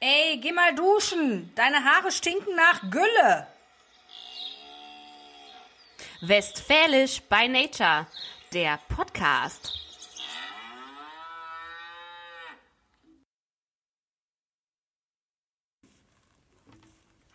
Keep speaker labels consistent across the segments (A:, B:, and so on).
A: Ey, geh mal duschen. Deine Haare stinken nach Gülle.
B: Westfälisch by Nature, der Podcast.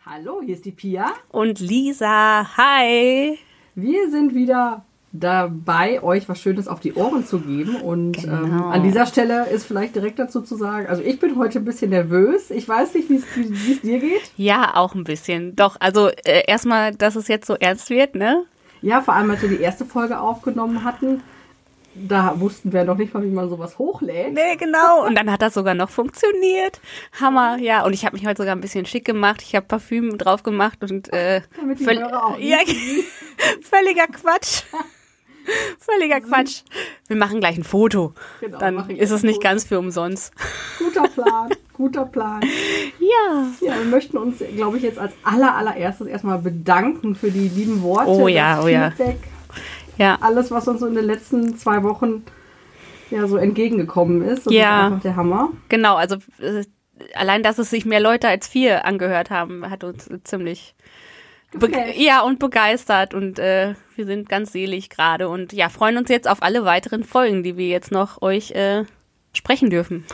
C: Hallo, hier ist die Pia.
B: Und Lisa, hi.
C: Wir sind wieder dabei, euch was Schönes auf die Ohren zu geben. Und ähm,
B: Genau.
C: an dieser Stelle ist vielleicht direkt dazu zu sagen, also ich bin heute ein bisschen nervös. Ich weiß nicht, wie es- wie es dir geht.
B: Ja, auch ein bisschen. Doch, also äh, erstmal, dass es jetzt so ernst wird, ne?
C: Ja, vor allem, als wir die erste Folge aufgenommen hatten, da wussten wir noch nicht mal, wie man sowas hochlädt.
B: Nee, genau. Und dann hat das sogar noch funktioniert. Hammer, ja. Und ich habe mich heute sogar ein bisschen schick gemacht. Ich habe Parfüm drauf gemacht und äh,
C: Damit die
B: völl-
C: Hörer auch
B: ja, völliger Quatsch. Völliger Quatsch. Wir machen gleich ein Foto.
C: Mhm. Genau,
B: dann
C: machen
B: ist
C: gleich
B: es
C: ein
B: nicht
C: Foto.
B: ganz für umsonst.
C: Guter Plan, guter Plan.
B: Ja.
C: Ja, wir möchten uns, glaube ich, jetzt als aller, allererstes erstmal bedanken für die lieben Worte.
B: Oh ja,
C: das
B: oh ja.
C: Feedback,
B: Ja.
C: alles, was uns so in den letzten zwei Wochen ja so entgegengekommen ist. Das
B: Ja.
C: ist einfach der Hammer.
B: Genau, also äh, allein, dass es sich mehr Leute als vier angehört haben, hat uns ziemlich be
C: Geflasht.
B: ja und begeistert und äh, wir sind ganz selig gerade und ja freuen uns jetzt auf alle weiteren Folgen, die wir jetzt noch euch äh, sprechen dürfen.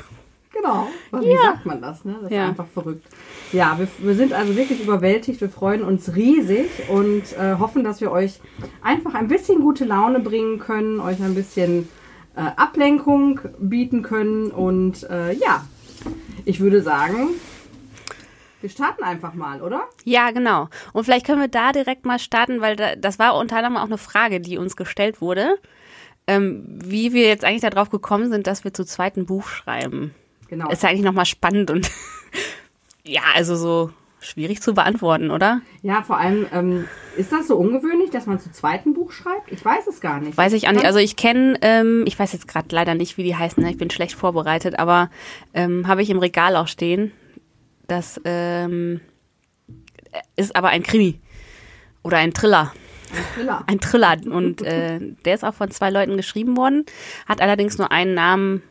C: Genau. Aber Wie sagt man das, ne? Das
B: Ja.
C: ist einfach verrückt. Ja, wir, wir sind also wirklich überwältigt. Wir freuen uns riesig und äh, hoffen, dass wir euch einfach ein bisschen gute Laune bringen können, euch ein bisschen äh, Ablenkung bieten können und äh, ja, ich würde sagen, wir starten einfach mal, oder?
B: Ja, genau. Und vielleicht können wir da direkt mal starten, weil da, das war unter anderem auch eine Frage, die uns gestellt wurde, ähm, wie wir jetzt eigentlich darauf gekommen sind, dass wir zu zweit ein Buch schreiben.
C: Genau.
B: Ist ja eigentlich nochmal spannend und ja, also so schwierig zu beantworten, oder?
C: Ja, vor allem, ähm, ist das so ungewöhnlich, dass man zu zweiten Buch schreibt? Ich weiß es gar nicht.
B: Weiß ich auch nicht. Also ich kenne, ähm, ich weiß jetzt gerade leider nicht, wie die heißen. ne? Ich bin schlecht vorbereitet, aber ähm, habe ich im Regal auch stehen. Das ähm, äh, ist aber ein Krimi oder ein Thriller. Also
C: Thriller.
B: Ein Thriller und äh, der ist auch von zwei Leuten geschrieben worden, hat allerdings nur einen Namen,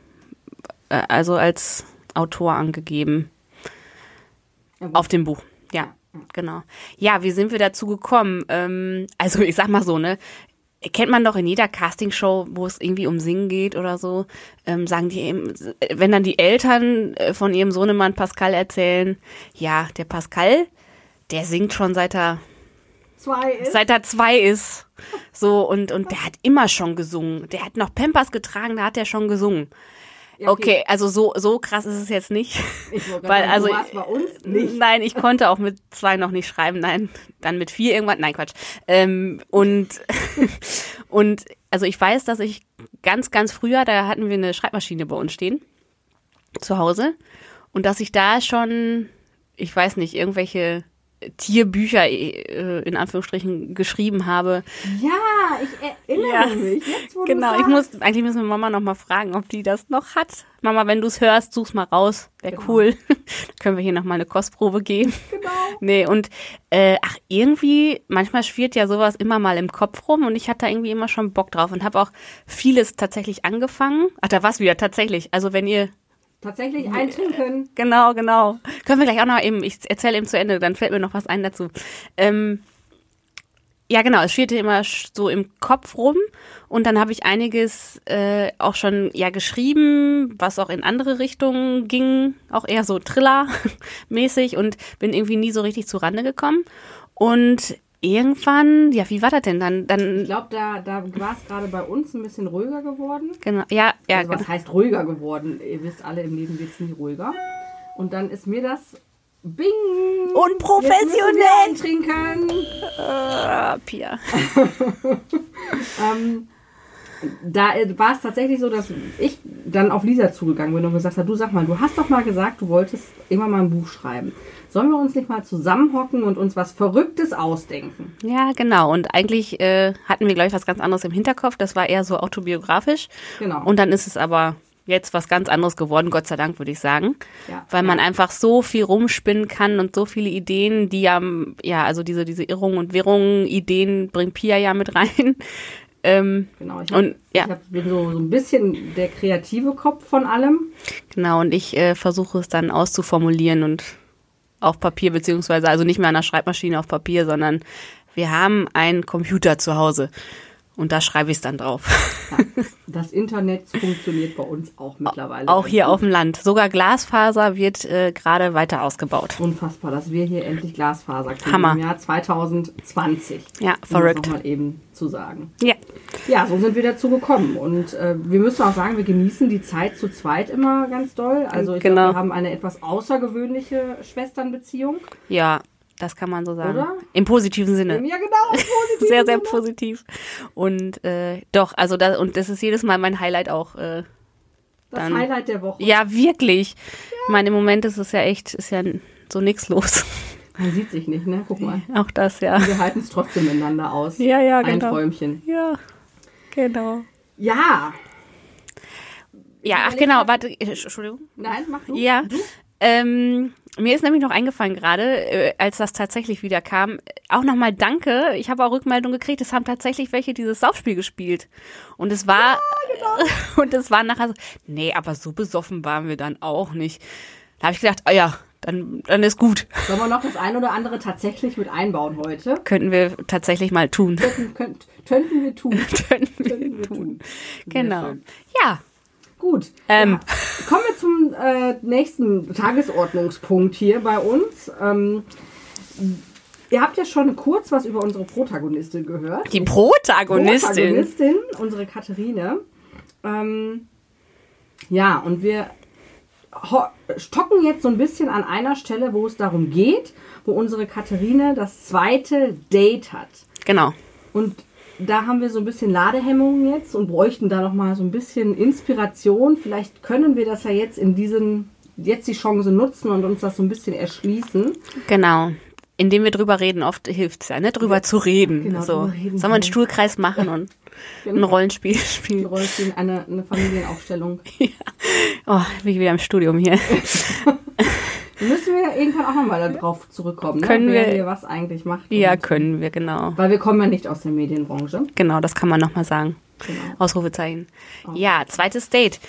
B: äh, also als Autor angegeben
C: Ja, gut.
B: auf dem Buch. Ja, genau. Ja, wie sind wir dazu gekommen? Ähm, also ich sag mal so, ne? Kennt man doch in jeder Castingshow, wo es irgendwie um Singen geht oder so, ähm, sagen die eben, wenn dann die Eltern äh, von ihrem Sohnemann Pascal erzählen, ja, der Pascal, der singt schon seit er
C: Zwei ist.
B: seit er zwei ist. So, und, und der hat immer schon gesungen. Der hat noch Pampers getragen, da hat er schon gesungen.
C: Ja,
B: okay. also so, so krass ist es jetzt nicht.
C: Ich wollte
B: Weil,
C: gerade sagen,
B: also-
C: du warst bei uns nicht.
B: Nein, ich konnte auch mit zwei noch nicht schreiben. Nein, dann mit vier irgendwann. Nein, Quatsch. Ähm, und, und also ich weiß, dass ich ganz, ganz früher, da hatten wir eine Schreibmaschine bei uns stehen, zu Hause. Und dass ich da schon, ich weiß nicht, irgendwelche Tierbücher äh, in Anführungsstrichen geschrieben habe.
C: Ja, ich erinnere
B: Ja.
C: mich. Jetzt, wo
B: Genau,
C: du
B: ich muss, eigentlich müssen wir Mama noch mal fragen, ob die das noch hat. Mama, wenn du es hörst, such's mal raus. Wäre
C: Genau.
B: cool. Dann können wir hier noch mal eine Kostprobe geben.
C: Genau.
B: Nee, und äh, ach, irgendwie, manchmal schwirrt ja sowas immer mal im Kopf rum und ich hatte da irgendwie immer schon Bock drauf und habe auch vieles tatsächlich angefangen. Ach, da war's wieder, tatsächlich. Also wenn ihr,
C: Tatsächlich eintrinken.
B: genau, genau. Können wir gleich auch noch eben, ich erzähle eben zu Ende, dann fällt mir noch was ein dazu. Ähm, ja, genau, es schwirrte immer sch- so im Kopf rum und dann habe ich einiges äh, auch schon ja geschrieben, was auch in andere Richtungen ging, auch eher so Thriller-mäßig und bin irgendwie nie so richtig zu Rande gekommen. Und irgendwann, ja, wie war das denn dann?
C: Ich
B: Dann
C: glaube, da, da war es gerade bei uns ein bisschen ruhiger geworden.
B: genau, ja, ja,
C: Also, was
B: genau.
C: heißt ruhiger geworden? Ihr wisst alle, im Leben wird es nie ruhiger. Und dann ist mir das Bing! Jetzt müssen wir
B: unprofessionell.
C: eintrinken!
B: Äh, Pia.
C: Ähm, da äh, war es tatsächlich so, dass ich dann auf Lisa zugegangen bin und gesagt habe, du sag mal, du hast doch mal gesagt, du wolltest immer mal ein Buch schreiben. Sollen wir uns nicht mal zusammenhocken und uns was Verrücktes ausdenken?
B: Ja, genau. Und eigentlich äh, hatten wir, glaube ich, was ganz anderes im Hinterkopf. Das war eher so autobiografisch.
C: Genau.
B: Und dann ist es aber jetzt was ganz anderes geworden, Gott sei Dank, würde ich sagen.
C: Ja.
B: Weil man
C: Ja.
B: einfach so viel rumspinnen kann und so viele Ideen, die ja, m, ja, also diese, diese Irrungen und Wirrungen, Ideen bringt Pia ja mit rein. Ähm,
C: Genau, ich, hab,
B: Und, ja.
C: ich hab, bin so, so ein bisschen der kreative Kopf von allem.
B: genau, und ich äh, versuche es dann auszuformulieren und auf Papier, beziehungsweise also nicht mehr an der Schreibmaschine auf Papier, sondern wir haben einen Computer zu Hause. Und da schreibe ich es dann drauf.
C: Das Internet funktioniert bei uns auch mittlerweile.
B: Auch
C: ganz
B: hier
C: gut.
B: auf dem Land. Sogar Glasfaser wird äh, gerade weiter ausgebaut.
C: Unfassbar, dass wir hier endlich Glasfaser kriegen
B: Hammer.
C: im Jahr 2020.
B: Ja, verrückt.
C: Um das noch mal eben zu sagen.
B: Ja.
C: Ja, so sind wir dazu gekommen. Und äh, wir müssen auch sagen, wir genießen die Zeit zu zweit immer ganz doll. Also ich
B: Genau.
C: glaube, wir haben eine etwas außergewöhnliche Schwesternbeziehung.
B: Ja, das kann man so sagen.
C: Oder?
B: Im positiven Sinne.
C: Ja, genau. Positiv.
B: sehr, sehr positiv. Und äh, doch, also da, und das ist jedes Mal mein Highlight auch. Äh,
C: Das
B: Dann-
C: Highlight der Woche.
B: ja, wirklich. Ich meine, im Moment ist es ja echt, ist ja n- so nix los.
C: Man sieht sich nicht, ne? Guck mal.
B: auch das, ja.
C: Wir halten es trotzdem miteinander aus.
B: Ja, ja,
C: Ein
B: genau.
C: Träumchen.
B: Ja, genau.
C: Ja.
B: Ja, ach genau, warte, äh, Entschuldigung.
C: Nein, mach du.
B: Ja. Ähm, mir ist nämlich noch eingefallen gerade, äh, als das tatsächlich wieder kam, äh, auch nochmal Danke. Ich habe auch Rückmeldung gekriegt, es haben tatsächlich welche dieses Saufspiel gespielt. Und es war
C: genau.
B: und es war nachher so, nee, aber so besoffen waren wir dann auch nicht. Da habe ich gedacht, ah ja, dann, dann ist gut.
C: Sollen wir noch das ein oder andere tatsächlich mit einbauen heute?
B: Könnten wir tatsächlich mal tun.
C: Könnten, könnt, könnten wir tun.
B: Könnten
C: Könnten
B: wir
C: wir
B: tun.
C: tun.
B: Genau.
C: schön.
B: Ja.
C: Gut.
B: Ähm.
C: Ja. Kommen wir zum äh, nächsten Tagesordnungspunkt hier bei uns. Ähm, ihr habt ja schon kurz was über unsere Protagonistin gehört.
B: Die Protagonistin.
C: Protagonistin, unsere Katharine. Ähm, ja, und wir ho- stocken jetzt so ein bisschen an einer Stelle, wo es darum geht, wo unsere Katharine das zweite Date hat.
B: Genau.
C: Und da haben wir so ein bisschen Ladehemmungen jetzt und bräuchten da nochmal so ein bisschen Inspiration. Vielleicht können wir das ja jetzt in diesen, jetzt die Chance nutzen und uns das so ein bisschen erschließen.
B: Genau. Indem wir drüber reden, oft hilft's ja, ne? Drüber zu reden.
C: Genau,
B: so.
C: drüber reden. Genau.
B: Sollen wir einen Stuhlkreis machen und ein Rollenspiel spielen?
C: Rolfchen, eine, eine Familienaufstellung.
B: Oh, bin ich wieder im Studium hier.
C: Müssen wir irgendwann auch nochmal darauf zurückkommen, ne?
B: Können
C: wer
B: wir-
C: hier was eigentlich macht.
B: ja,
C: Und-
B: können wir, genau.
C: Weil wir kommen ja nicht aus der Medienbranche.
B: Genau, das kann man nochmal sagen.
C: Genau.
B: Ausrufezeichen. Ja, zweites Date.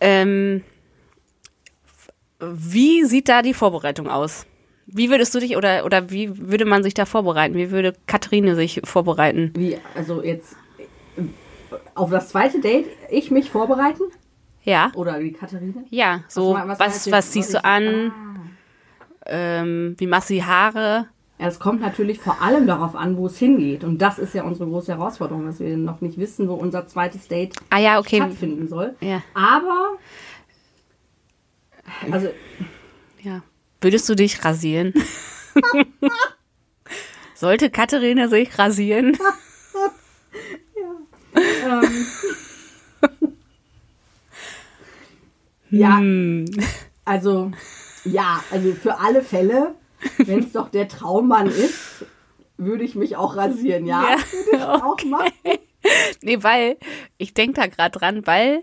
B: Ähm, wie sieht da die Vorbereitung aus? Wie würdest du dich oder, oder wie würde man sich da vorbereiten? Wie würde Katharine sich vorbereiten?
C: Wie, also jetzt äh, auf das zweite Date ich mich vorbereiten?
B: Ja?
C: Oder die Katharine?
B: Ja, so,
C: meinst
B: was,
C: du
B: was,
C: jetzt,
B: ziehst du
C: ich-
B: an?
C: Ah.
B: Ähm, wie machst du die Haare?
C: Ja, es kommt natürlich vor allem darauf an, wo es hingeht. Und das ist ja unsere große Herausforderung, dass wir noch nicht wissen, wo unser zweites Date
B: Ah ja, okay.
C: stattfinden soll.
B: Ja.
C: Aber, also,
B: Ja. Würdest du dich rasieren? Sollte Katharina sich rasieren?
C: ähm, ja, also, ja, also für alle Fälle, wenn es doch der Traummann ist, würde ich mich auch rasieren, ja?
B: Ja,
C: Würde ich auch machen.
B: Nee, weil, ich denke da gerade dran, weil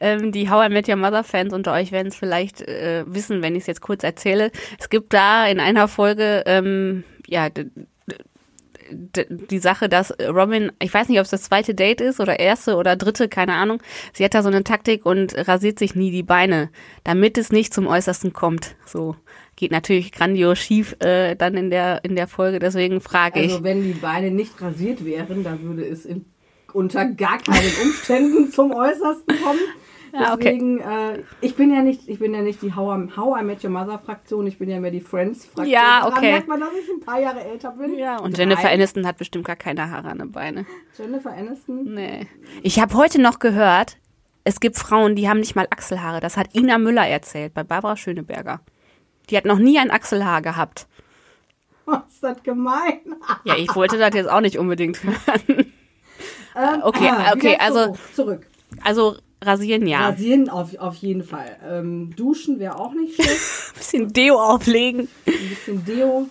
B: ähm, die How I Met Your Mother Fans unter euch werden es vielleicht äh, wissen, wenn ich es jetzt kurz erzähle. Es gibt da in einer Folge, ähm, ja, d- d- die Sache, dass Robin, ich weiß nicht, ob es das zweite Date ist oder erste oder dritte, keine Ahnung. Sie hat da so eine Taktik und rasiert sich nie die Beine, damit es nicht zum Äußersten kommt. So geht natürlich grandios schief äh, dann in der in der Folge. Deswegen frage ich.
C: Also wenn die Beine nicht rasiert wären, dann würde es in, unter gar keinen Umständen zum Äußersten kommen.
B: Ja, okay.
C: Deswegen, äh, ich bin ja nicht, ich bin ja nicht die How, I- How I Met Your Mother Fraktion, ich bin ja mehr die Friends Fraktion.
B: Ja,
C: Daran
B: okay.
C: merkt man, dass ich ein paar Jahre älter bin.
B: Ja, und
C: Drei.
B: Jennifer Aniston hat bestimmt gar keine Haare an den Beinen.
C: Jennifer Aniston.
B: Nee. Ich habe heute noch gehört, es gibt Frauen, die haben nicht mal Achselhaare. Das hat Ina Müller erzählt bei Barbara Schöneberger. Die hat noch nie ein Achselhaar gehabt.
C: Was Oh, ist das gemein?
B: Ja, ich wollte das jetzt auch nicht unbedingt hören.
C: Ähm,
B: okay, okay,
C: wieder
B: also-
C: zurück, Zurück.
B: Also rasieren ja.
C: Rasieren auf, auf jeden Fall. Ähm, duschen wäre auch nicht schlecht.
B: Ein bisschen Deo auflegen.
C: Ein bisschen Deo,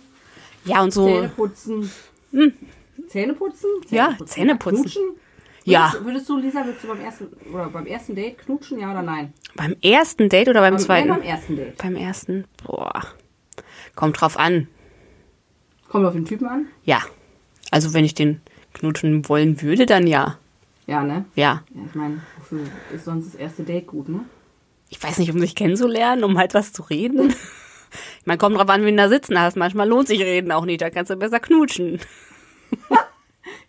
B: Ja, und so.
C: Zähne putzen. Zähne putzen?
B: Oh. Hm. Ja,
C: Zähne putzen.
B: Zähne putzen.
C: Knutschen?
B: Ja.
C: Würdest, würdest du, Lisa, würdest du beim ersten, oder beim ersten Date knutschen, ja oder nein?
B: Beim ersten Date oder beim,
C: Beim,
B: zweiten?
C: nein, beim ersten Date.
B: beim ersten. Boah. Kommt drauf an.
C: Kommt auf den Typen an.
B: Ja. Also wenn ich den knutschen wollen würde, dann ja.
C: Ja, ne?
B: Ja.
C: Ja, ich meine, wofür ist sonst das erste Date gut, ne?
B: Ich weiß nicht, um sich kennenzulernen, um halt was zu reden. Ich meine, kommt drauf an, wen du da sitzen hast. Manchmal lohnt sich Reden auch nicht, da kannst du besser knutschen.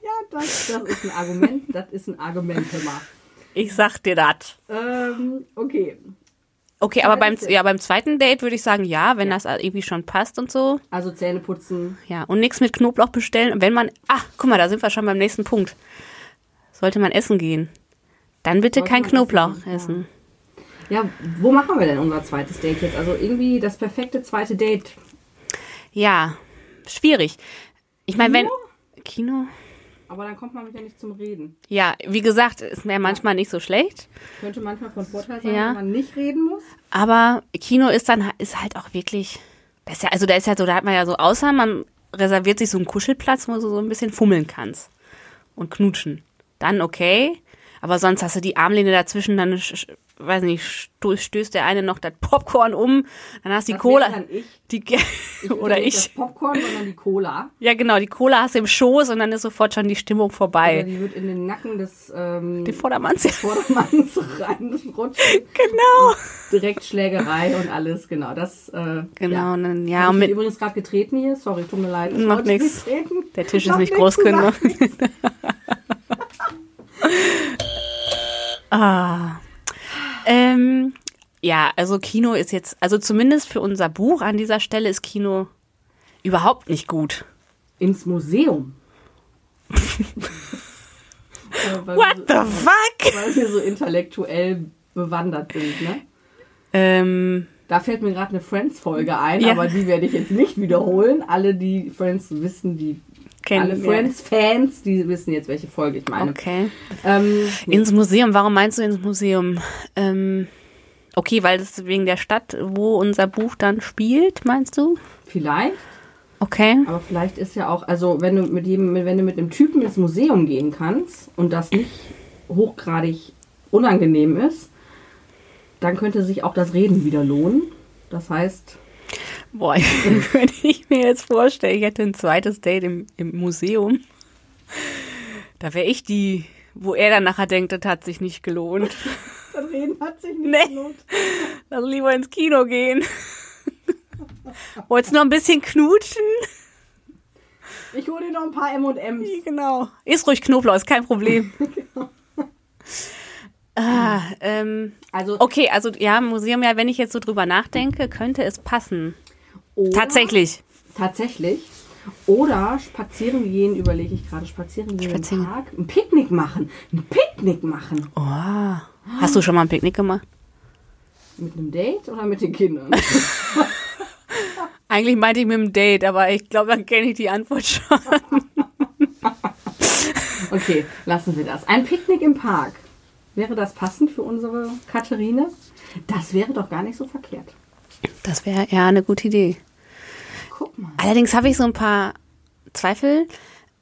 C: Ja, das, das ist ein Argument. Das ist ein Argument, hör mal.
B: Ich sag dir das.
C: Ähm, okay.
B: Okay, aber beim, ja, beim zweiten Date würde ich sagen, ja, wenn das irgendwie schon passt und so.
C: Also Zähne putzen.
B: Ja, und nichts mit Knoblauch bestellen. Und wenn man, ach, guck mal, da sind wir schon beim nächsten Punkt. Sollte man essen gehen, dann bitte
C: Sollte
B: kein
C: man
B: Knoblauch
C: essen
B: essen.
C: gehen, Ja, wo machen wir denn unser zweites Date jetzt? Also irgendwie das perfekte zweite Date.
B: Ja, schwierig. Ich meine, wenn.
C: Kino?
B: Kino?
C: Aber dann kommt man ja nicht zum Reden.
B: Ja, wie gesagt, ist mir manchmal nicht so schlecht.
C: Könnte manchmal von Vorteil sein,
B: Ja.
C: wenn man nicht reden muss.
B: Aber Kino ist dann ist halt auch wirklich. Das ist ja, also da ist ja so, da hat man ja so, außer man reserviert sich so einen Kuschelplatz, wo du so ein bisschen fummeln kannst und knutschen. Dann okay. Aber sonst hast du die Armlehne dazwischen, dann sch- sch- weiß nicht, sto- stößt der eine noch das Popcorn um, dann hast die
C: Das
B: Cola.
C: wäre dann ich.
B: Die, Ge- oder
C: Nicht Das
B: ich.
C: Popcorn, sondern die Cola.
B: Ja, genau, die Cola hast du im Schoß und dann ist sofort schon die Stimmung vorbei.
C: Die wird in den Nacken des ähm,
B: Den Vordermann zerrt.
C: Vordermanns reinrutschen.
B: Genau.
C: Direkt Schlägerei und alles, genau. Das, äh,
B: Genau,
C: ja.
B: und dann, ja,
C: Hab
B: und
C: ich bin
B: mit,
C: übrigens gerade getreten hier. Sorry, tut mir leid. Ich
B: Macht
C: wollte nicht
B: nix.
C: treten.
B: der Tisch ist
C: Macht
B: nicht
C: nix,
B: groß genug.
C: gesagt.
B: ah. Ähm, ja, also Kino ist jetzt, also zumindest für unser Buch an dieser Stelle ist Kino überhaupt nicht gut.
C: Ins Museum. Äh, weil,
B: What
C: wir
B: the fuck?
C: so, weil wir so intellektuell bewandert sind, ne?
B: Ähm,
C: Da fällt mir gerade eine Friends-Folge ein,
B: Ja.
C: aber die werde ich jetzt nicht wiederholen. Alle, die Friends wissen, die
B: kennen
C: alle
B: wir.
C: Friends-Fans, die wissen jetzt, welche Folge ich meine.
B: Okay.
C: Ähm,
B: Ins Museum, warum meinst du ins Museum? Ähm, okay, weil das wegen der Stadt, wo unser Buch dann spielt, meinst du?
C: vielleicht,
B: Okay.
C: aber vielleicht ist ja auch, also wenn du mit jedem, wenn du mit einem Typen ins Museum gehen kannst und das nicht hochgradig unangenehm ist, dann könnte sich auch das Reden wieder lohnen. Das heißt,
B: Boah, wenn ich mir jetzt vorstelle, ich hätte ein zweites Date im, im Museum, da wäre ich die, wo er dann nachher denkt, das hat sich nicht gelohnt.
C: das Reden hat sich nicht
B: Nee. Lass lieber ins Kino gehen. Wolltest noch ein bisschen knutschen?
C: Ich hole dir noch ein paar M&M's.
B: Genau. Ist ruhig Knoblauch, ist kein Problem. Ah, ähm,
C: Also
B: okay, also ja, Museum, ja, wenn ich jetzt so drüber nachdenke, könnte es passen.
C: oder-
B: Tatsächlich.
C: Tatsächlich. Oder spazieren gehen, überlege ich gerade, spazieren gehen
B: Spazieren.
C: im Park, ein Picknick machen, ein Picknick machen
B: Oh. Hast du schon mal ein Picknick gemacht?
C: mit einem Date oder mit den Kindern.
B: Eigentlich meinte ich mit dem Date, aber ich glaube, dann kenne ich die Antwort schon.
C: Okay, lassen wir das. Ein Picknick im Park. Wäre das passend für unsere Katharine? Das wäre doch gar nicht so verkehrt.
B: Das wäre ja eine gute Idee.
C: Guck mal.
B: Allerdings habe ich so ein paar Zweifel,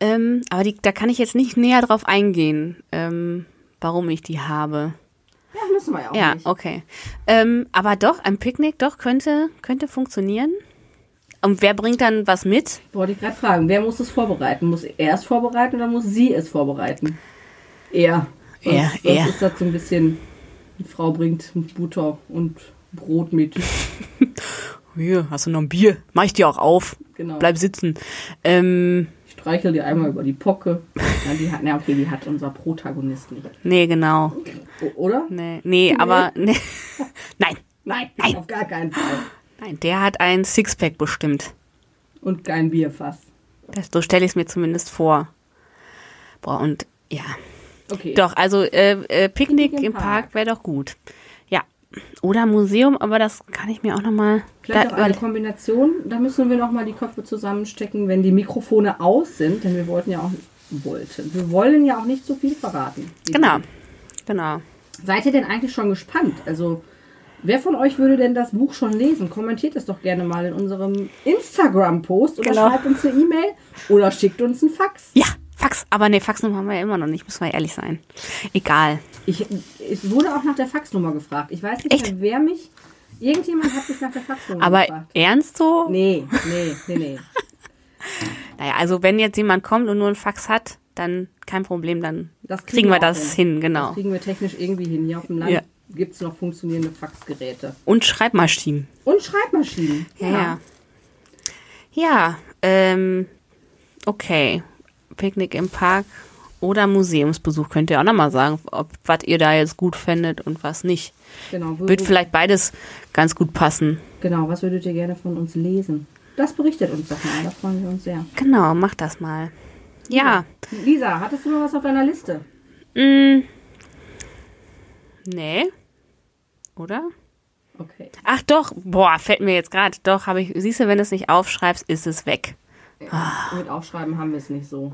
B: ähm, aber die, da kann ich jetzt nicht näher drauf eingehen, ähm, warum ich die habe.
C: Ja, müssen wir ja auch
B: ja,
C: nicht.
B: okay. Ähm, aber doch, ein Picknick doch könnte, könnte funktionieren. Und wer bringt dann was mit?
C: Wollte ich gerade fragen, wer muss es vorbereiten? Muss er es vorbereiten oder muss sie es vorbereiten? Er. Sonst-
B: Er,
C: sonst
B: er.
C: ist das so ein bisschen, die Frau bringt Butter und Brot mit.
B: Hier, hast du noch ein Bier? Mach ich dir auch auf.
C: Genau.
B: Bleib sitzen. Ähm,
C: Ich streichel dir einmal über die Pocke. Na, die hat, na okay, die hat unser Protagonist nicht.
B: nee, genau.
C: O- Oder?
B: Nee, nee, aber nee. nein,
C: Nein,
B: Nein.
C: auf gar keinen Fall.
B: nein, der hat ein Sixpack bestimmt.
C: Und kein Bierfass.
B: Das, so stelle ich es mir zumindest vor. Boah, und ja.
C: Okay.
B: Doch, also äh, äh, Picknick im Park wäre doch gut. Ja. Oder Museum, aber das kann ich mir auch nochmal.
C: Vielleicht auch eine Kombination. Da müssen wir nochmal die Köpfe zusammenstecken, wenn die Mikrofone aus sind, denn wir wollten ja auch wollten. Wir wollen ja auch nicht zu viel verraten.
B: Genau. Genau.
C: Seid ihr denn eigentlich schon gespannt? Also, wer von euch würde denn das Buch schon lesen? Kommentiert es doch gerne mal in unserem Instagram-Post oder
B: Genau.
C: schreibt uns eine E-Mail oder schickt uns einen Fax.
B: Ja, Fax. Aber nee, Faxnummer haben wir ja immer noch nicht, müssen wir ehrlich sein. Egal.
C: Ich, ich wurde auch nach der Faxnummer gefragt. Ich weiß nicht,
B: Echt?
C: mehr, wer mich. Irgendjemand hat mich nach der Faxnummer
B: Aber
C: gefragt.
B: ernst so?
C: Nee, nee, nee, nee.
B: Naja, also wenn jetzt jemand kommt und nur einen Fax hat, dann kein Problem, dann
C: Das
B: kriegen wir
C: auch
B: das hin, genau.
C: Das kriegen wir technisch irgendwie hin. Hier auf dem Land
B: Ja.
C: gibt's gibt es noch funktionierende Faxgeräte.
B: Und Schreibmaschinen.
C: Und Schreibmaschinen. Genau,
B: Ja. Ja, ja ähm, okay. Picknick im Park oder Museumsbesuch könnt ihr auch nochmal sagen, ob was ihr da jetzt gut findet und was nicht.
C: Genau. Wo,
B: Wird
C: wo,
B: vielleicht beides ganz gut passen.
C: genau, was würdet ihr gerne von uns lesen? Das berichtet uns doch mal, da freuen wir uns sehr.
B: Genau, macht das mal. Ja.
C: Lisa, hattest du noch was auf deiner Liste?
B: Mm. Nee. Oder?
C: Okay.
B: Ach doch, boah, fällt mir jetzt gerade. Doch, habe ich. Siehst du, wenn du es nicht aufschreibst, ist es weg.
C: Mit Aufschreiben haben wir es nicht so.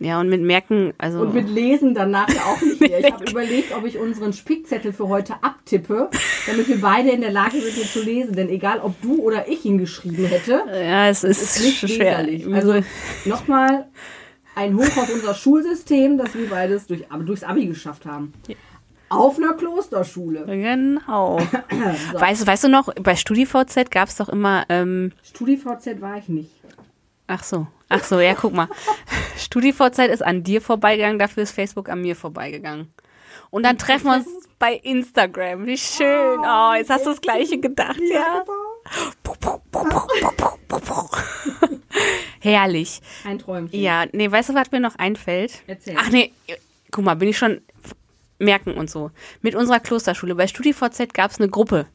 B: Ja, und mit Merken, also.
C: Und mit Lesen danach ja auch nicht mehr. Ich habe überlegt, ob ich unseren Spickzettel für heute abtippe, damit wir beide in der Lage sind, ihn zu lesen. Denn egal, ob du oder ich ihn geschrieben hätte,
B: ja, es ist,
C: ist nicht
B: schwer. Mhm.
C: leserlich. Also nochmal ein Hoch auf unser Schulsystem, dass wir beides durch, aber durchs Abi geschafft haben. Auf einer Klosterschule.
B: genau. Weißt, weißt du noch, bei StudiVZ gab es doch immer, ähm,
C: StudiVZ war ich nicht.
B: ach so, ach so, ja, guck mal. StudiVZ ist an dir vorbeigegangen, dafür ist Facebook an mir vorbeigegangen. Und dann treffen wir uns bei Instagram. Wie schön. Oh, jetzt hast du das Gleiche gedacht, ja? genau. Herrlich.
C: Ein Träumchen.
B: Ja, nee, weißt du, was mir noch einfällt?
C: Erzähl.
B: Ach nee, guck mal, bin ich schon merken und so. Mit unserer Klosterschule bei StudiVZ gab es eine Gruppe.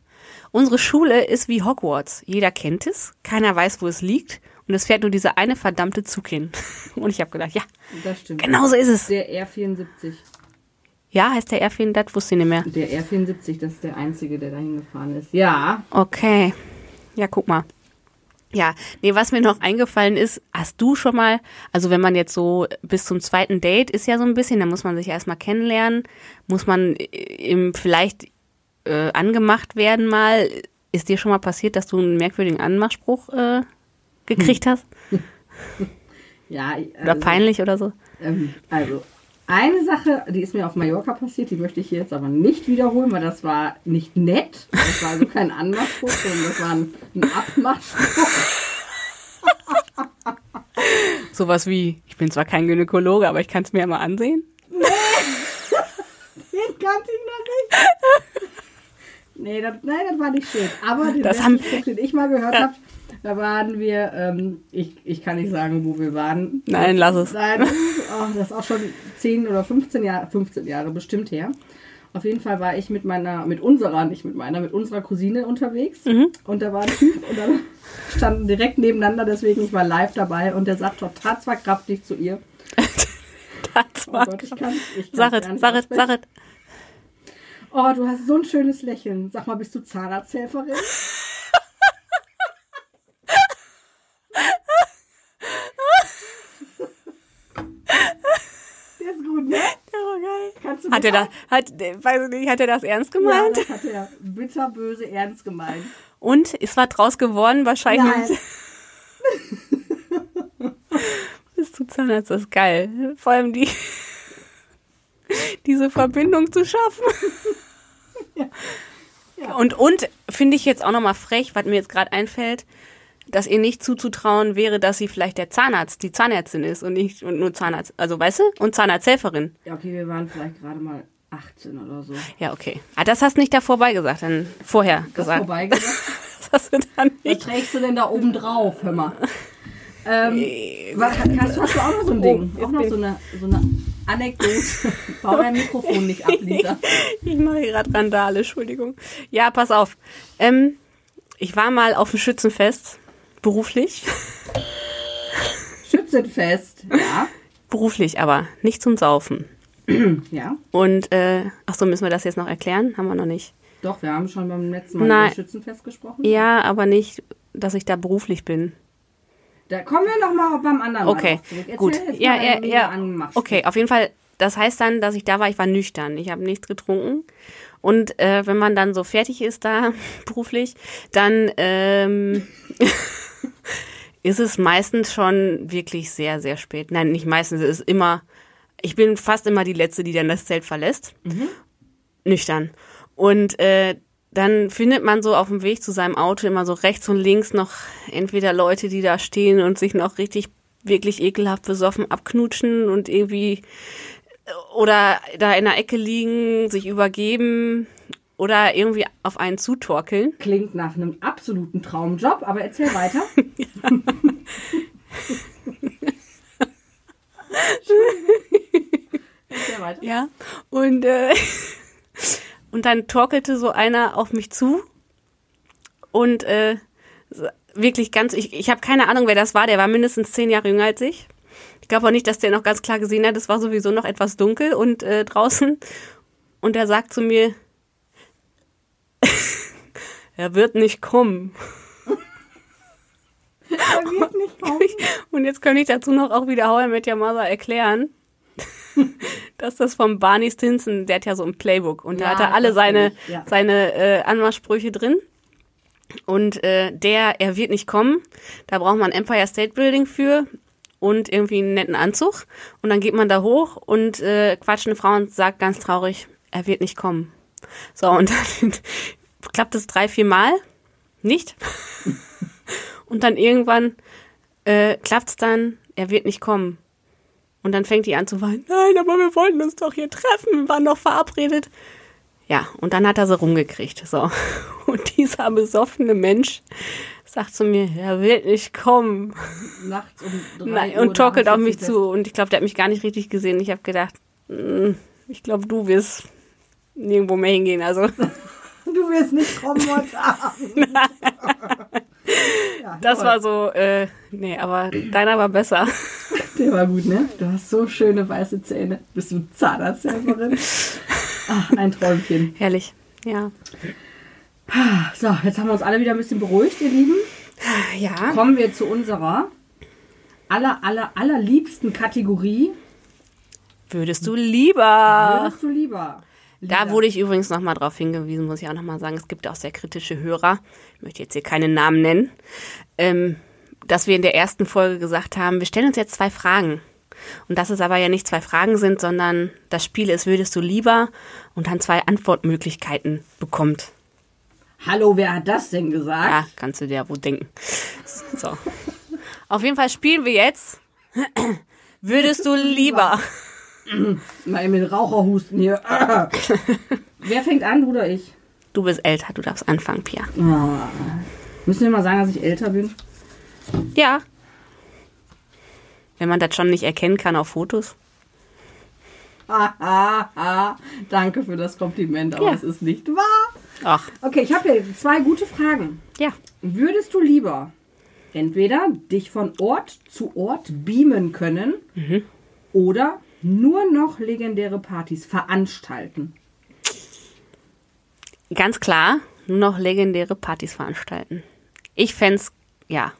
B: Unsere Schule ist wie Hogwarts. Jeder kennt es, keiner weiß, wo es liegt und es fährt nur dieser eine verdammte Zug hin. Und ich habe gedacht, ja,
C: Das stimmt.
B: genau so ist es.
C: Der R74.
B: Ja, heißt der Erfin, das wusste ich nicht mehr.
C: Der R74, das ist der einzige, der dahin gefahren ist. Ja.
B: Okay. Ja, guck mal. Ja, nee, was mir noch eingefallen ist, hast du schon mal, also wenn man jetzt so bis zum zweiten Date ist ja so ein bisschen, da muss man sich erstmal kennenlernen, muss man äh, im vielleicht äh, angemacht werden mal. Ist dir schon mal passiert, dass du einen merkwürdigen Anmachspruch äh, gekriegt hast?
C: Ja, ich-
B: Oder
C: also-
B: peinlich oder so?
C: Ähm, also, eine Sache, die ist mir auf Mallorca passiert, die möchte ich hier jetzt aber nicht wiederholen, weil das war nicht nett. Das war also kein Anmachspruch, sondern das war ein, ein Abmachspruch.
B: Sowas wie, ich bin zwar kein Gynäkologe, aber ich kann es mir immer ansehen.
C: Den kannte ich noch nicht. Nee, das, nein, das war nicht schön. Aber den
B: Das
C: besten
B: haben-
C: Spruch, den ich mal gehört habe, da waren wir, ähm, ich, ich kann nicht sagen, wo wir waren.
B: Nein, lass es.
C: Nein, oh, das ist auch schon 10 oder 15 Jahre, 15 Jahre bestimmt her. Auf jeden Fall war ich mit meiner, mit unserer, nicht mit meiner, mit unserer Cousine unterwegs.
B: Mhm.
C: Und da war ein Typ und dann standen direkt nebeneinander, deswegen ich war live dabei und der sagt total zwar kraftig zu ihr.
B: Das
C: Oh
B: war
C: Gott, ich kann ich kann's
B: Sag
C: gar
B: es,
C: nicht
B: sag es,
C: aussprechen.
B: sag es.
C: Oh, du hast so ein schönes Lächeln. Sag mal, bist du Zahnarzthelferin? Der ist gut, ne?
B: Ja, oh, geil.
C: Kannst du
B: Hat er
C: bitter-
B: das, hat, äh, weiß ich nicht, hat er das ernst
C: Ja,
B: gemeint?
C: das hat er bitterböse ernst gemeint.
B: Und ist was draus geworden? Wahrscheinlich.
C: Nein.
B: Bist du Zahnarzt? Das ist geil. Vor allem die, diese Verbindung zu schaffen.
C: Ja.
B: Und, und finde ich jetzt auch nochmal frech, was mir jetzt gerade einfällt, dass ihr nicht zuzutrauen wäre, dass sie vielleicht der Zahnarzt, die Zahnärztin ist und nicht und nur Zahnarzt, also weißt du, und Zahnarzthelferin.
C: Ja, okay, wir waren vielleicht gerade mal 18 oder so.
B: Ja, okay. Ah, das hast du nicht davor beigesagt, dann vorher
C: Das
B: gesagt.
C: vorbeigesagt.
B: Das hast du dann
C: Was
B: nicht.
C: trägst du denn da oben drauf? Hör mal. Ähm, was, hast, hast du auch noch so ein Ding? auch noch so eine, so eine Anekdote. Bau dein Mikrofon nicht ab, Lisa.
B: Ich mache hier gerade Randale, Entschuldigung. Ja, pass auf. Ähm, ich war mal auf dem Schützenfest, beruflich.
C: Schützenfest. Ja.
B: Beruflich aber, nicht zum Saufen.
C: Ja.
B: Und, äh, ach so, müssen wir das jetzt noch erklären? Haben wir noch nicht.
C: Doch, wir haben schon beim letzten Mal
B: Nein.
C: über Schützenfest gesprochen.
B: Ja, aber nicht, dass ich da beruflich bin.
C: Da kommen wir nochmal beim anderen
B: Okay,
C: Mal drauf zurück. Erzähl
B: gut.
C: Jetzt
B: Ja,
C: mal
B: ja,
C: deinen
B: ja.
C: Angemacht.
B: Okay, auf jeden Fall, das heißt dann, dass ich da war, ich war nüchtern, ich habe nichts getrunken. Und äh, wenn man dann so fertig ist da beruflich, dann ähm, ist es meistens schon wirklich sehr, sehr spät. Nein, nicht meistens, es ist immer, ich bin fast immer die Letzte, die dann das Zelt verlässt. Nüchtern. Und äh, dann findet man so auf dem Weg zu seinem Auto immer so rechts und links noch entweder Leute, die da stehen und sich noch richtig wirklich ekelhaft besoffen abknutschen und irgendwie äh, oder da in der Ecke liegen, sich übergeben oder irgendwie auf einen zutorkeln.
C: Klingt nach einem absoluten Traumjob, aber erzähl weiter. erzähl weiter.
B: Ja. Und, äh, und dann torkelte so einer auf mich zu und äh, wirklich ganz, ich, ich habe keine Ahnung, wer das war, der war mindestens zehn Jahre jünger als ich. Ich glaube auch nicht, dass der noch ganz klar gesehen hat, es war sowieso noch etwas dunkel und äh, draußen. Und er sagt zu mir, er wird nicht kommen.
C: Er wird nicht kommen.
B: Und jetzt kann ich dazu noch auch wieder How I Met Your Mother erklären, dass das vom Barney Stinson, der hat ja so ein Playbook und da
C: Ja,
B: hat er alle
C: das
B: seine,
C: kenn ich, ja.
B: seine äh, Anmachsprüche drin. Und äh, der, er wird nicht kommen, da braucht man Empire State Building für und irgendwie einen netten Anzug. Und dann geht man da hoch und äh, quatscht eine Frau und sagt ganz traurig, er wird nicht kommen. So, und dann klappt es drei, vier Mal nicht. Und dann irgendwann äh, klappt es dann, er wird nicht kommen. Und dann fängt die an zu weinen. Nein, aber wir wollten uns doch hier treffen, wir waren doch verabredet. Ja, und dann hat er sie rumgekriegt. So. Und dieser besoffene Mensch sagt zu mir, er wird nicht kommen.
C: Nachts um drei
B: Nein,
C: Uhr
B: und torkelt
C: nachts
B: auf mich
C: sitzt
B: zu. Und ich glaube, der hat mich gar nicht richtig gesehen. Ich habe gedacht, mm, ich glaube, du wirst nirgendwo mehr hingehen. Also
C: er. Du wirst nicht kommen heute Abend. ja,
B: das
C: toll.
B: war so, äh, nee, aber deiner war besser.
C: Der war gut, ne? Du hast so schöne weiße Zähne. Bist du Zahnarzthelferin? Ach, ein Träumchen.
B: Herrlich. Ja.
C: So, jetzt haben wir uns alle wieder ein bisschen beruhigt, ihr Lieben.
B: Ja.
C: Kommen wir zu unserer aller, aller, allerliebsten Kategorie.
B: Würdest du lieber.
C: Würdest du lieber?
B: Da
C: Lila.
B: wurde ich übrigens nochmal drauf hingewiesen, muss ich auch nochmal sagen. Es gibt auch sehr kritische Hörer. Ich möchte jetzt hier keinen Namen nennen. Ähm, dass wir in der ersten Folge gesagt haben, wir stellen uns jetzt zwei Fragen. Und dass es aber ja nicht zwei Fragen sind, sondern das Spiel ist, würdest du lieber und dann zwei Antwortmöglichkeiten bekommt.
C: Hallo, wer hat das denn gesagt?
B: Ja, kannst du dir ja wohl denken. So. Auf jeden Fall spielen wir jetzt. Würdest du lieber?
C: Mal mit Raucherhusten hier. wer fängt an, du oder ich?
B: Du bist älter, du darfst anfangen, Pia.
C: Ah. Müssen wir mal sagen, dass ich älter bin?
B: Ja. Wenn man das schon nicht erkennen kann auf Fotos.
C: Hahaha. Danke für das Kompliment, aber
B: Ja.
C: es ist nicht wahr.
B: Ach,
C: Okay, ich habe hier zwei gute Fragen.
B: ja.
C: Würdest du lieber entweder dich von Ort zu Ort beamen können
B: Mhm.
C: oder nur noch legendäre Partys veranstalten?
B: Ganz klar, nur noch legendäre Partys veranstalten. Ich fänd's, ja.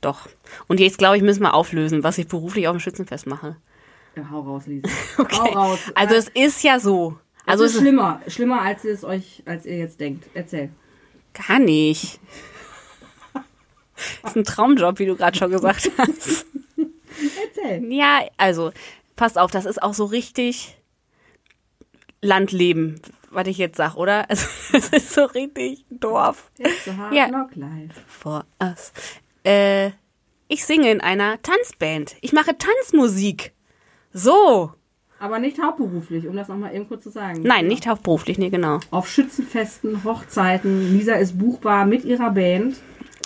B: Doch. Und jetzt, glaube ich, müssen wir auflösen, was ich beruflich auf dem Schützenfest mache.
C: Ja, hau raus, Lisa. Hau raus.
B: Also
C: Ja,
B: es ist ja so.
C: es
B: Also
C: ist
B: es ist
C: schlimmer, schlimmer als ihr es euch, als ihr jetzt denkt. Erzähl.
B: gar nicht. ist ein Traumjob, wie du gerade schon gesagt hast.
C: Erzähl.
B: Ja, also, passt auf, das ist auch so richtig Landleben, was ich jetzt sag, oder? Also, das ist so richtig Dorf
C: Jetzt zu Hard
B: Ja.
C: Knock Live.
B: for us. Äh, ich singe in einer Tanzband. Ich mache Tanzmusik. So.
C: Aber nicht hauptberuflich, um das nochmal eben kurz zu sagen.
B: Nein, nicht hauptberuflich, nee, genau.
C: Auf Schützenfesten, Hochzeiten. Lisa ist buchbar mit ihrer Band,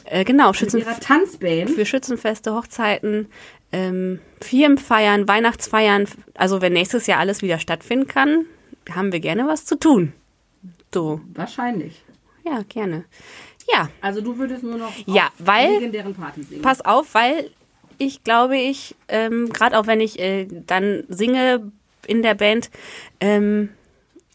B: Äh, genau,
C: mit
B: Schützen,
C: ihrer Tanzband.
B: für Schützenfeste, Hochzeiten, ähm, Firmenfeiern, Weihnachtsfeiern. Also, wenn nächstes Jahr alles wieder stattfinden kann, haben wir gerne was zu tun. So,
C: Wahrscheinlich.
B: ja, gerne. Ja,
C: Also du würdest nur noch
B: Ja,
C: auf
B: weil-
C: legendären Partys singen.
B: pass auf, weil ich glaube, ich, ähm, gerade auch wenn ich äh, dann singe in der Band, ähm,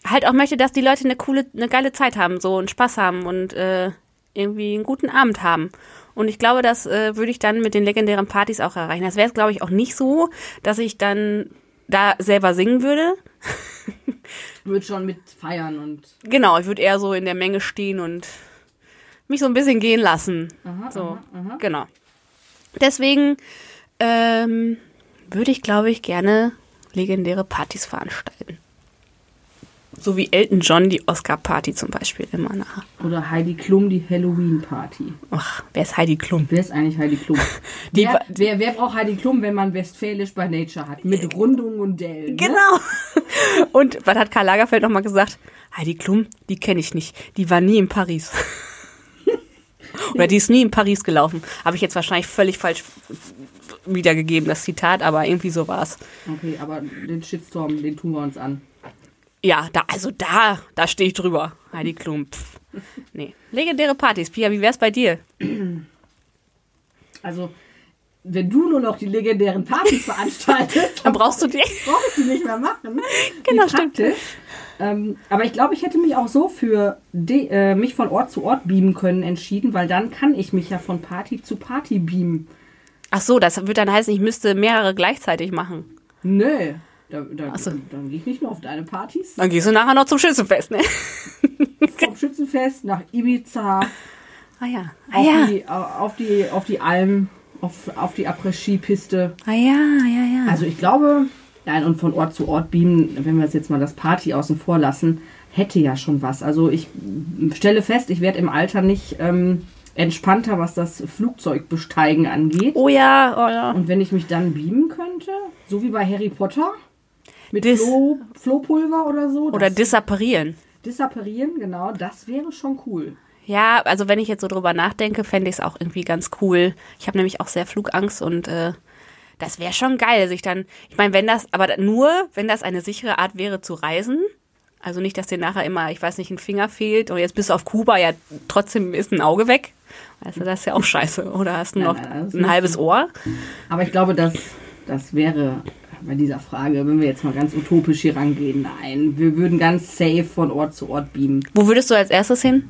B: halt auch möchte, dass die Leute eine coole, eine geile Zeit haben, so und Spaß haben und äh, irgendwie einen guten Abend haben. Und ich glaube, das äh, würde ich dann mit den legendären Partys auch erreichen. Das wäre es, glaube ich, auch nicht so, dass ich dann da selber singen würde.
C: Wird schon mit feiern und
B: Genau, ich würde eher so in der Menge stehen und mich so ein bisschen gehen lassen. so, genau. Deswegen ähm, würde ich, glaube ich, gerne legendäre Partys veranstalten. So wie Elton John die Oscar-Party zum Beispiel immer nach.
C: Oder Heidi Klum, die Halloween-Party.
B: Ach, wer ist Heidi Klum?
C: Wer ist eigentlich Heidi Klum?
B: Die
C: wer,
B: Ba-
C: wer, wer braucht Heidi Klum, wenn man Westfälisch bei Nature hat? Mit Rundungen und Dellen. Ne?
B: Genau. Und was hat Karl Lagerfeld nochmal gesagt? Heidi Klum, die kenne ich nicht. Die war nie in Paris. Oder die ist nie in Paris gelaufen. Habe ich jetzt wahrscheinlich völlig falsch wiedergegeben, das Zitat, aber irgendwie so war es.
C: Okay, aber den Shitstorm, den tun wir uns an.
B: Ja, da, also da, da stehe ich drüber. Heidi Klum. Pff. Nee. Legendäre Partys. Pia, wie wär's bei dir?
C: Also, wenn du nur noch die legendären Partys veranstaltest,
B: Dann brauchst du die.
C: brauche ich die nicht mehr machen.
B: Genau,
C: Wie
B: stimmt.
C: praktisch. Ähm, aber ich glaube, ich hätte mich auch so für de, äh, mich von Ort zu Ort beamen können entschieden, weil dann kann ich mich ja von Party zu Party beamen.
B: Ach so, das würde dann heißen, ich müsste mehrere gleichzeitig machen.
C: Nö, da, da,
B: Ach so.
C: dann gehe ich nicht nur auf deine Partys.
B: Dann gehst du nachher noch zum Schützenfest, ne?
C: Vom Schützenfest nach Ibiza,
B: Ah ja. Ah
C: auf,
B: ja.
C: die, au- auf, die, auf die Alm, auf, auf die Après-Ski-Piste.
B: Ah ja, ja, ja.
C: Also ich glaube, nein, und von Ort zu Ort beamen, wenn wir es jetzt mal das Party außen vor lassen, hätte ja schon was. Also ich m, stelle fest, ich werde im Alter nicht ähm, entspannter, was das Flugzeugbesteigen angeht.
B: Oh ja, oh ja.
C: Und wenn ich mich dann beamen könnte, so wie bei Harry Potter, mit
B: Dis-
C: Flo, Flohpulver oder so.
B: Oder
C: das,
B: disapparieren.
C: disapparieren, genau, das wäre schon cool.
B: Ja, also wenn ich jetzt so drüber nachdenke, fände ich es auch irgendwie ganz cool. Ich habe nämlich auch sehr Flugangst und äh, das wäre schon geil, sich dann, ich meine, wenn das, aber nur, wenn das eine sichere Art wäre zu reisen. Also nicht, dass dir nachher immer, ich weiß nicht, ein Finger fehlt und jetzt bist du auf Kuba, ja, trotzdem ist ein Auge weg. Also das ist ja auch scheiße. Oder hast du
C: Nein,
B: noch
C: nein, das
B: ein halbes Ohr?
C: Aber ich glaube, das, das wäre bei dieser Frage, wenn wir jetzt mal ganz utopisch hier rangehen, nein, wir würden ganz safe von Ort zu Ort beamen.
B: Wo würdest du als erstes hin?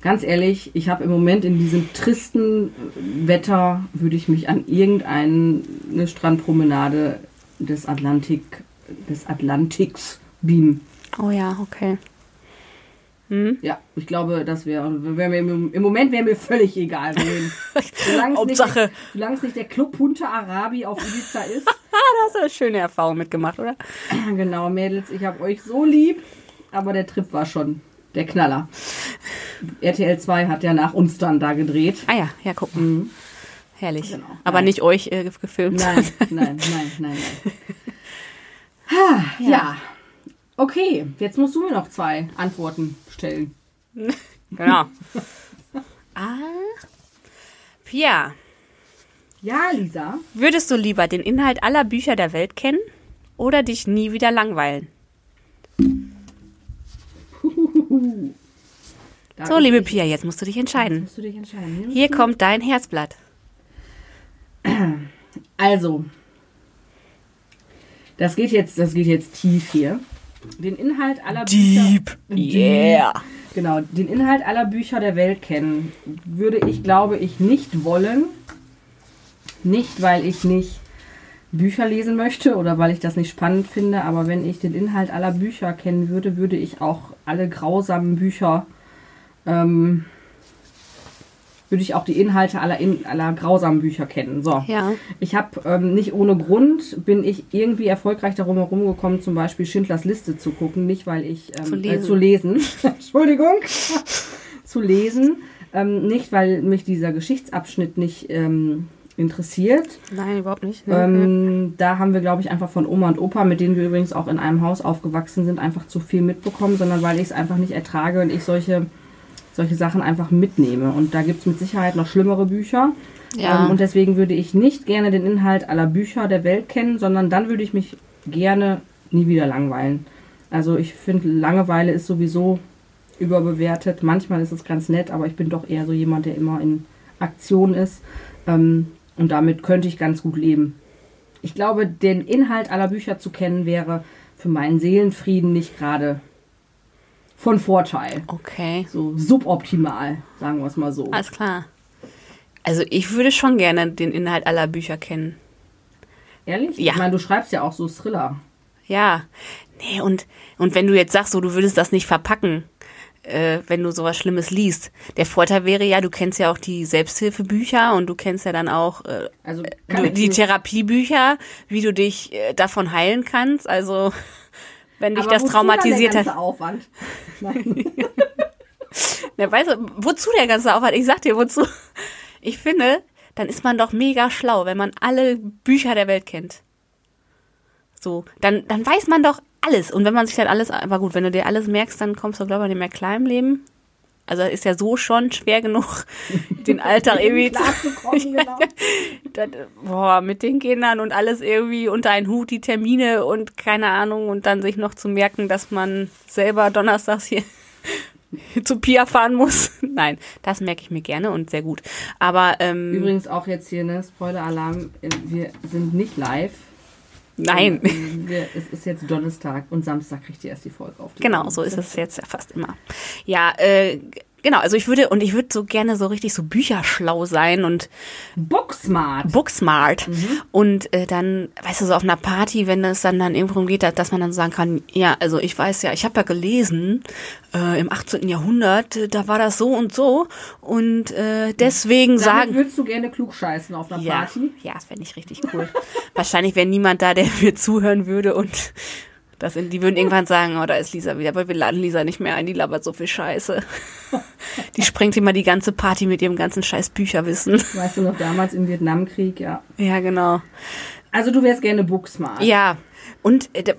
C: Ganz ehrlich, ich habe im Moment in diesem tristen äh, Wetter, würde ich mich an irgendeine Strandpromenade des Atlantik, des Atlantiks beamen.
B: Oh ja, okay.
C: Ja, ich glaube, das wäre, wär mir im, im Moment wäre mir völlig egal, wohin. Solange es nicht,
B: Hauptsache-
C: der- solange es nicht der Club Punta Arabi auf Ibiza ist.
B: Ah, da hast du eine schöne Erfahrung mitgemacht, oder?
C: Genau, Mädels, ich hab euch so lieb, aber der Trip war schon der Knaller. RTL 2 hat ja nach uns dann da gedreht.
B: Ah ja, ja, guck mal. Herrlich.
C: Mhm. Genau.
B: Aber
C: Nein.
B: nicht euch äh, gef- gefilmt.
C: Nein, nein, nein, nein, nein. Ha, ja. Okay, jetzt musst du mir noch zwei Antworten stellen.
B: Genau. ah. Pia,
C: Ja, Lisa.
B: würdest du lieber den Inhalt aller Bücher der Welt kennen oder dich nie wieder langweilen?
C: Da
B: So, liebe Pia, jetzt musst du dich entscheiden.
C: Musst du dich entscheiden. ne?
B: Hier kommt dein Herzblatt.
C: Also, das geht jetzt, das geht jetzt tief hier. Den Inhalt aller Bücher.
B: Yeah.
C: Genau, den Inhalt aller Bücher der Welt kennen würde ich, glaube ich, nicht wollen. Nicht, weil ich nicht Bücher lesen möchte oder weil ich das nicht spannend finde, aber wenn ich den Inhalt aller Bücher kennen würde, würde ich auch alle grausamen Bücher, ähm, würde ich auch die Inhalte aller, in, aller grausamen Bücher kennen. So.
B: Ja.
C: Ich habe ähm, nicht ohne Grund bin ich irgendwie erfolgreich darum herumgekommen, zum Beispiel Schindlers Liste zu gucken, nicht weil ich ähm,
B: Zu
C: zu
B: lesen.
C: lesen, äh, zu lesen. Entschuldigung, zu lesen, ähm, nicht weil mich dieser Geschichtsabschnitt nicht ähm, interessiert.
B: Nein, überhaupt nicht.
C: Ähm, da haben wir, glaube ich, einfach von Oma und Opa, mit denen wir übrigens auch in einem Haus aufgewachsen sind, einfach zu viel mitbekommen, sondern weil ich es einfach nicht ertrage und ich solche, solche Sachen einfach mitnehme. Und da gibt es mit Sicherheit noch schlimmere Bücher.
B: Ja.
C: Ähm, und deswegen würde ich nicht gerne den Inhalt aller Bücher der Welt kennen, sondern dann würde ich mich gerne nie wieder langweilen. Also ich finde, Langeweile ist sowieso überbewertet. Manchmal ist es ganz nett, aber ich bin doch eher so jemand, der immer in Aktion ist. Ähm, und damit könnte ich ganz gut leben. Ich glaube, den Inhalt aller Bücher zu kennen wäre für meinen Seelenfrieden nicht gerade von Vorteil.
B: okay.
C: So suboptimal, sagen wir es mal so.
B: Alles klar. Also ich würde schon gerne den Inhalt aller Bücher kennen.
C: Ehrlich?
B: Ja.
C: Ich meine, du schreibst ja auch so Thriller.
B: Ja. Nee, und, und wenn du jetzt sagst, so, du würdest das nicht verpacken, äh, wenn du sowas Schlimmes liest. Der Vorteil wäre ja, du kennst ja auch die Selbsthilfebücher und du kennst ja dann auch äh,
C: Also kann
B: du,
C: ich
B: die
C: nicht-
B: Therapiebücher, wie du dich äh, davon heilen kannst. Also wenn dich
C: Aber
B: das
C: wozu
B: traumatisiert hat.
C: dann der ganze Aufwand. Nein.
B: Ja, weißt du, wozu der ganze Aufwand? Ich sag dir, wozu. Ich finde, dann ist man doch mega schlau, wenn man alle Bücher der Welt kennt. So, dann, dann weiß man doch alles. Und wenn man sich dann alles, aber gut, wenn du dir alles merkst, dann kommst du, glaube ich, nicht mehr klar im Leben. Also ist ja so schon schwer genug, den Alltag irgendwie zu,
C: Klarzukommen, genau.
B: das, äh, boah, mit den Kindern und alles irgendwie unter einen Hut, die Termine und keine Ahnung und dann sich noch zu merken, dass man selber donnerstags hier zu Pia fahren muss. Nein, das merke ich mir gerne und sehr gut. Aber ähm,
C: Übrigens auch jetzt hier, ne, Spoiler-Alarm, äh, wir sind nicht live.
B: nein,
C: Ähm, Wir, es ist jetzt Donnerstag und Samstag kriegt ihr erst die Folge auf. Die
B: genau,
C: Ohren.
B: so ist es jetzt ja fast immer. Ja, äh, genau, also ich würde und ich würde so gerne so richtig so bücherschlau sein und
C: Booksmart.
B: Booksmart. Und äh, dann, weißt du, so auf einer Party, wenn es dann, dann irgendwo geht, dass, dass man dann so sagen kann, ja, also ich weiß ja, ich habe ja gelesen, äh, im 18. Jahrhundert, äh, da war das so und so. Und äh, deswegen
C: Damit
B: sagen.
C: würdest du gerne klug scheißen auf einer
B: Ja,
C: Party?
B: ja, das fände ich richtig cool. Wahrscheinlich wäre niemand da, der mir zuhören würde und das in, die würden irgendwann sagen, oh, da ist Lisa wieder, weil wir laden Lisa nicht mehr ein, die labert so viel Scheiße. Die sprengt immer die ganze Party mit ihrem ganzen scheiß Bücherwissen.
C: Weißt du noch, damals im Vietnamkrieg, ja.
B: Ja, genau.
C: Also du wärst gerne Booksmart.
B: Ja. Und äh, da-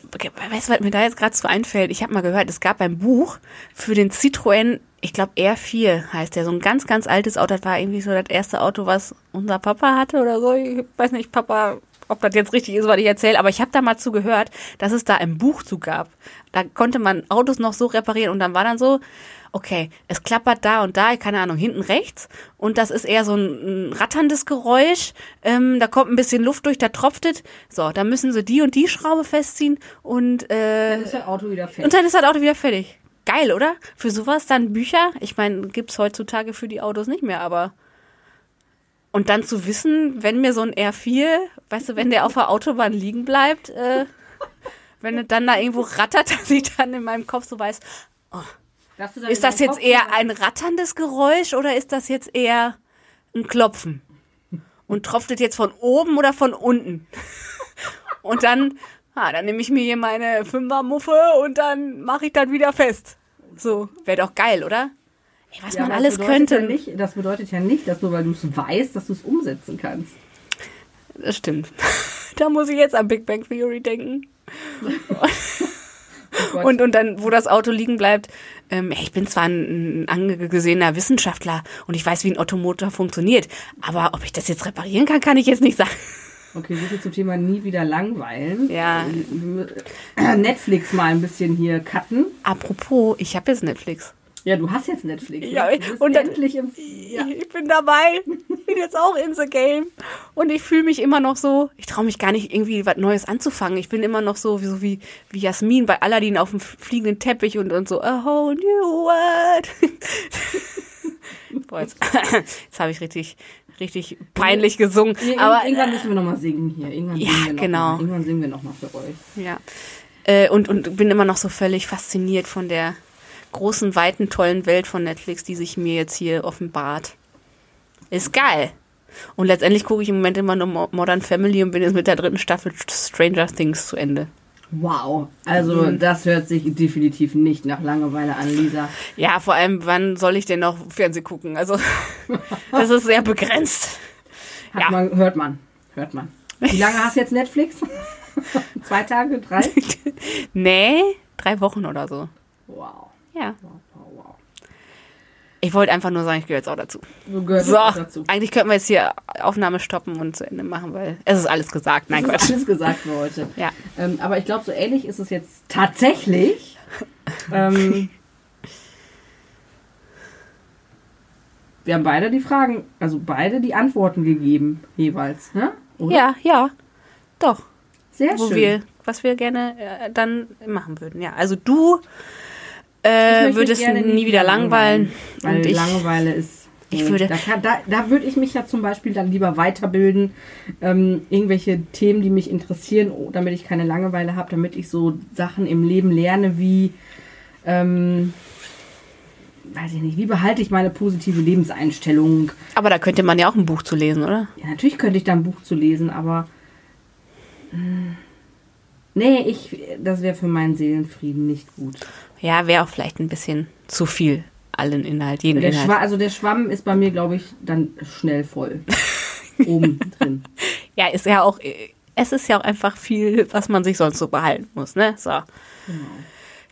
B: weißt du, was mir da jetzt gerade so einfällt? Ich habe mal gehört, es gab ein Buch für den Citroën, ich glaube R4 heißt der, so ein ganz, ganz altes Auto. Das war irgendwie so das erste Auto, was unser Papa hatte oder so. Ich weiß nicht, Papa, ob das jetzt richtig ist, was ich erzähle, aber ich habe da mal zu gehört, dass es da ein Buch zu gab. Da konnte man Autos noch so reparieren und dann war dann so, okay, es klappert da und da, keine Ahnung, hinten rechts. Und das ist eher so ein, ein ratterndes Geräusch. Ähm, da kommt ein bisschen Luft durch, da tropft es. So, da müssen sie die und die Schraube festziehen und, äh,
C: Dann ist das Auto wieder fest.
B: und dann ist das Auto wieder fertig. Geil, oder? Für sowas dann Bücher? Ich meine, gibt's heutzutage für die Autos nicht mehr, aber. Und dann zu wissen, wenn mir so ein R4, weißt du, wenn der auf der Autobahn liegen bleibt, äh, wenn es dann da irgendwo rattert, dass ich dann in meinem Kopf so weiß,
C: Dass du dann
B: ist
C: in
B: das
C: deinem
B: jetzt
C: Kopf-
B: eher ein ratterndes Geräusch oder ist das jetzt eher ein Klopfen? Und tropft es jetzt von oben oder von unten? Und dann, ah, dann nehme ich mir hier meine Fünfermuffe und dann mache ich das wieder fest. So, wäre doch geil, oder? Ey, was
C: Ja,
B: man
C: aber
B: alles
C: das bedeutet
B: könnte. ne?
C: Ja nicht, das bedeutet ja nicht, dass nur weil du es weißt, dass du es umsetzen kannst.
B: Das stimmt. Da muss ich jetzt an Big Bang Theory denken.
C: Gott.
B: und, und dann, wo das Auto liegen bleibt. Ähm, ey, ich bin zwar ein, ein angesehener Wissenschaftler und ich weiß, wie ein Automotor funktioniert, aber ob ich das jetzt reparieren kann, kann ich jetzt nicht sagen.
C: Okay, so viel zum Thema nie wieder langweilen. Äh,
B: Ja.
C: Netflix mal ein bisschen hier cutten.
B: Apropos, ich habe jetzt Netflix.
C: Ja, du hast jetzt Netflix.
B: Ja,
C: ne? du bist
B: und dann-
C: endlich im. Ja.
B: Ich bin dabei. Ich bin jetzt auch in the game. Und ich fühle mich immer noch so, ich traue mich gar nicht irgendwie was Neues anzufangen. Ich bin immer noch so, wie- so wie, wie Jasmin bei Aladdin auf dem fliegenden Teppich und, und so, a whole new world. Boah, jetzt, jetzt habe ich richtig, richtig peinlich gesungen.
C: Nee,
B: Aber äh,
C: Aber irgendwann müssen wir nochmal singen hier. Irgendwann
B: Ja,
C: singen wir noch
B: genau.
C: Mal. Irgendwann singen wir nochmal für euch.
B: Ja. Äh, und, und bin immer noch so völlig fasziniert von der großen, weiten, tollen Welt von Netflix, die sich mir jetzt hier offenbart. Ist geil. Und letztendlich gucke ich im Moment immer nur Mo- Modern Family und bin jetzt mit der dritten Staffel Stranger Things zu Ende.
C: Wow. Also,
B: Mhm.
C: das hört sich definitiv nicht nach Langeweile an, Lisa.
B: Ja, vor allem, wann soll ich denn noch Fernsehen gucken? Also, das ist sehr begrenzt.
C: Hat
B: Ja.
C: man, hört man. Hört man. Wie lange hast du jetzt Netflix? Zwei Tage? Drei?
B: Nee, drei Wochen oder so.
C: Wow.
B: Ja.
C: Wow, wow, wow.
B: Ich wollte einfach nur sagen, ich gehöre jetzt auch dazu.
C: So gehört
B: So,
C: so. auch dazu.
B: eigentlich könnten wir jetzt hier Aufnahme stoppen und zu Ende machen, weil es ist alles gesagt. Nein,
C: Das ist
B: Quatsch.
C: alles gesagt für heute.
B: Ja.
C: Ähm, aber ich glaube, so ähnlich ist es jetzt tatsächlich. Ähm, wir haben beide die Fragen, also beide die Antworten gegeben, jeweils. Ne? Oder?
B: Ja, ja. Doch.
C: Sehr
B: wo
C: schön.
B: wir, was wir gerne äh, dann machen würden. Ja, also du
C: Ich möchte
B: äh,
C: mich
B: würdest
C: gerne
B: nie wieder langweilen.
C: Weil
B: Und ich,
C: Langeweile ist.
B: ich würde-
C: Da, kann, da, da würde ich mich ja zum Beispiel dann lieber weiterbilden. Ähm, irgendwelche Themen, die mich interessieren, oh, damit ich keine Langeweile habe, damit ich so Sachen im Leben lerne, wie. Ähm, weiß ich nicht, wie behalte ich meine positive Lebenseinstellung?
B: aber da könnte man ja auch ein Buch zu lesen, oder?
C: Ja, natürlich könnte ich da ein Buch zu lesen, aber. mh, hm, Nee, ich, das wäre für meinen Seelenfrieden nicht gut.
B: Ja, wäre auch vielleicht ein bisschen zu viel. Allen Inhalt, jeden
C: Der
B: Inhalt.
C: Schwa also der Schwamm ist bei mir, glaube ich, dann schnell voll. Oben drin.
B: Ja, ist ja auch, es ist ja auch einfach viel, was man sich sonst so behalten muss, ne? So.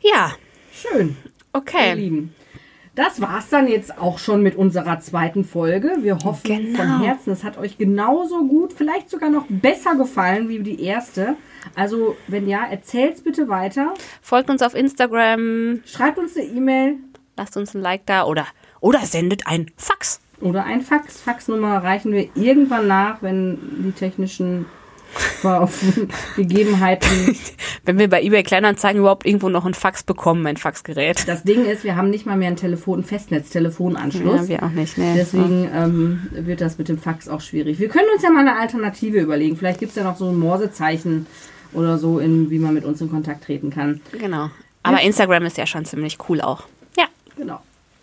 B: Ja,
C: Schön, ihr
B: okay.
C: Lieben. Das war's dann jetzt auch schon mit unserer zweiten Folge. Wir hoffen
B: Genau.
C: von Herzen, es hat euch genauso gut, vielleicht sogar noch besser gefallen wie die erste. Also, wenn ja, erzählt's bitte weiter.
B: Folgt uns auf Instagram,
C: Schreibt uns eine E-Mail
B: lasst uns ein Like da oder, oder sendet ein Fax.
C: oder ein Fax. Faxnummer reichen wir irgendwann nach, wenn die technischen Gegebenheiten
B: Wenn wir bei eBay Kleinanzeigen überhaupt irgendwo noch ein Fax bekommen, ein Faxgerät.
C: Das Ding ist, wir haben nicht mal mehr ein Telefon, einen Festnetz-Telefonanschluss.
B: Ja, wir auch nicht, ne.
C: Deswegen ähm, wird das mit dem Fax auch schwierig. Wir können uns ja mal eine Alternative überlegen. Vielleicht gibt es ja noch so ein Morsezeichen oder so, in, wie man mit uns in Kontakt treten kann.
B: Genau. Aber Instagram ist ja schon ziemlich cool auch. Ja.
C: Genau.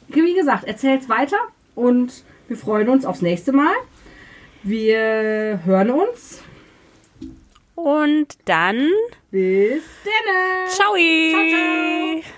C: Wie gesagt, erzählt's weiter und wir freuen uns aufs nächste Mal. Wir hören uns.
B: Und dann,
C: Bis dann.
B: ciao!
C: ciao.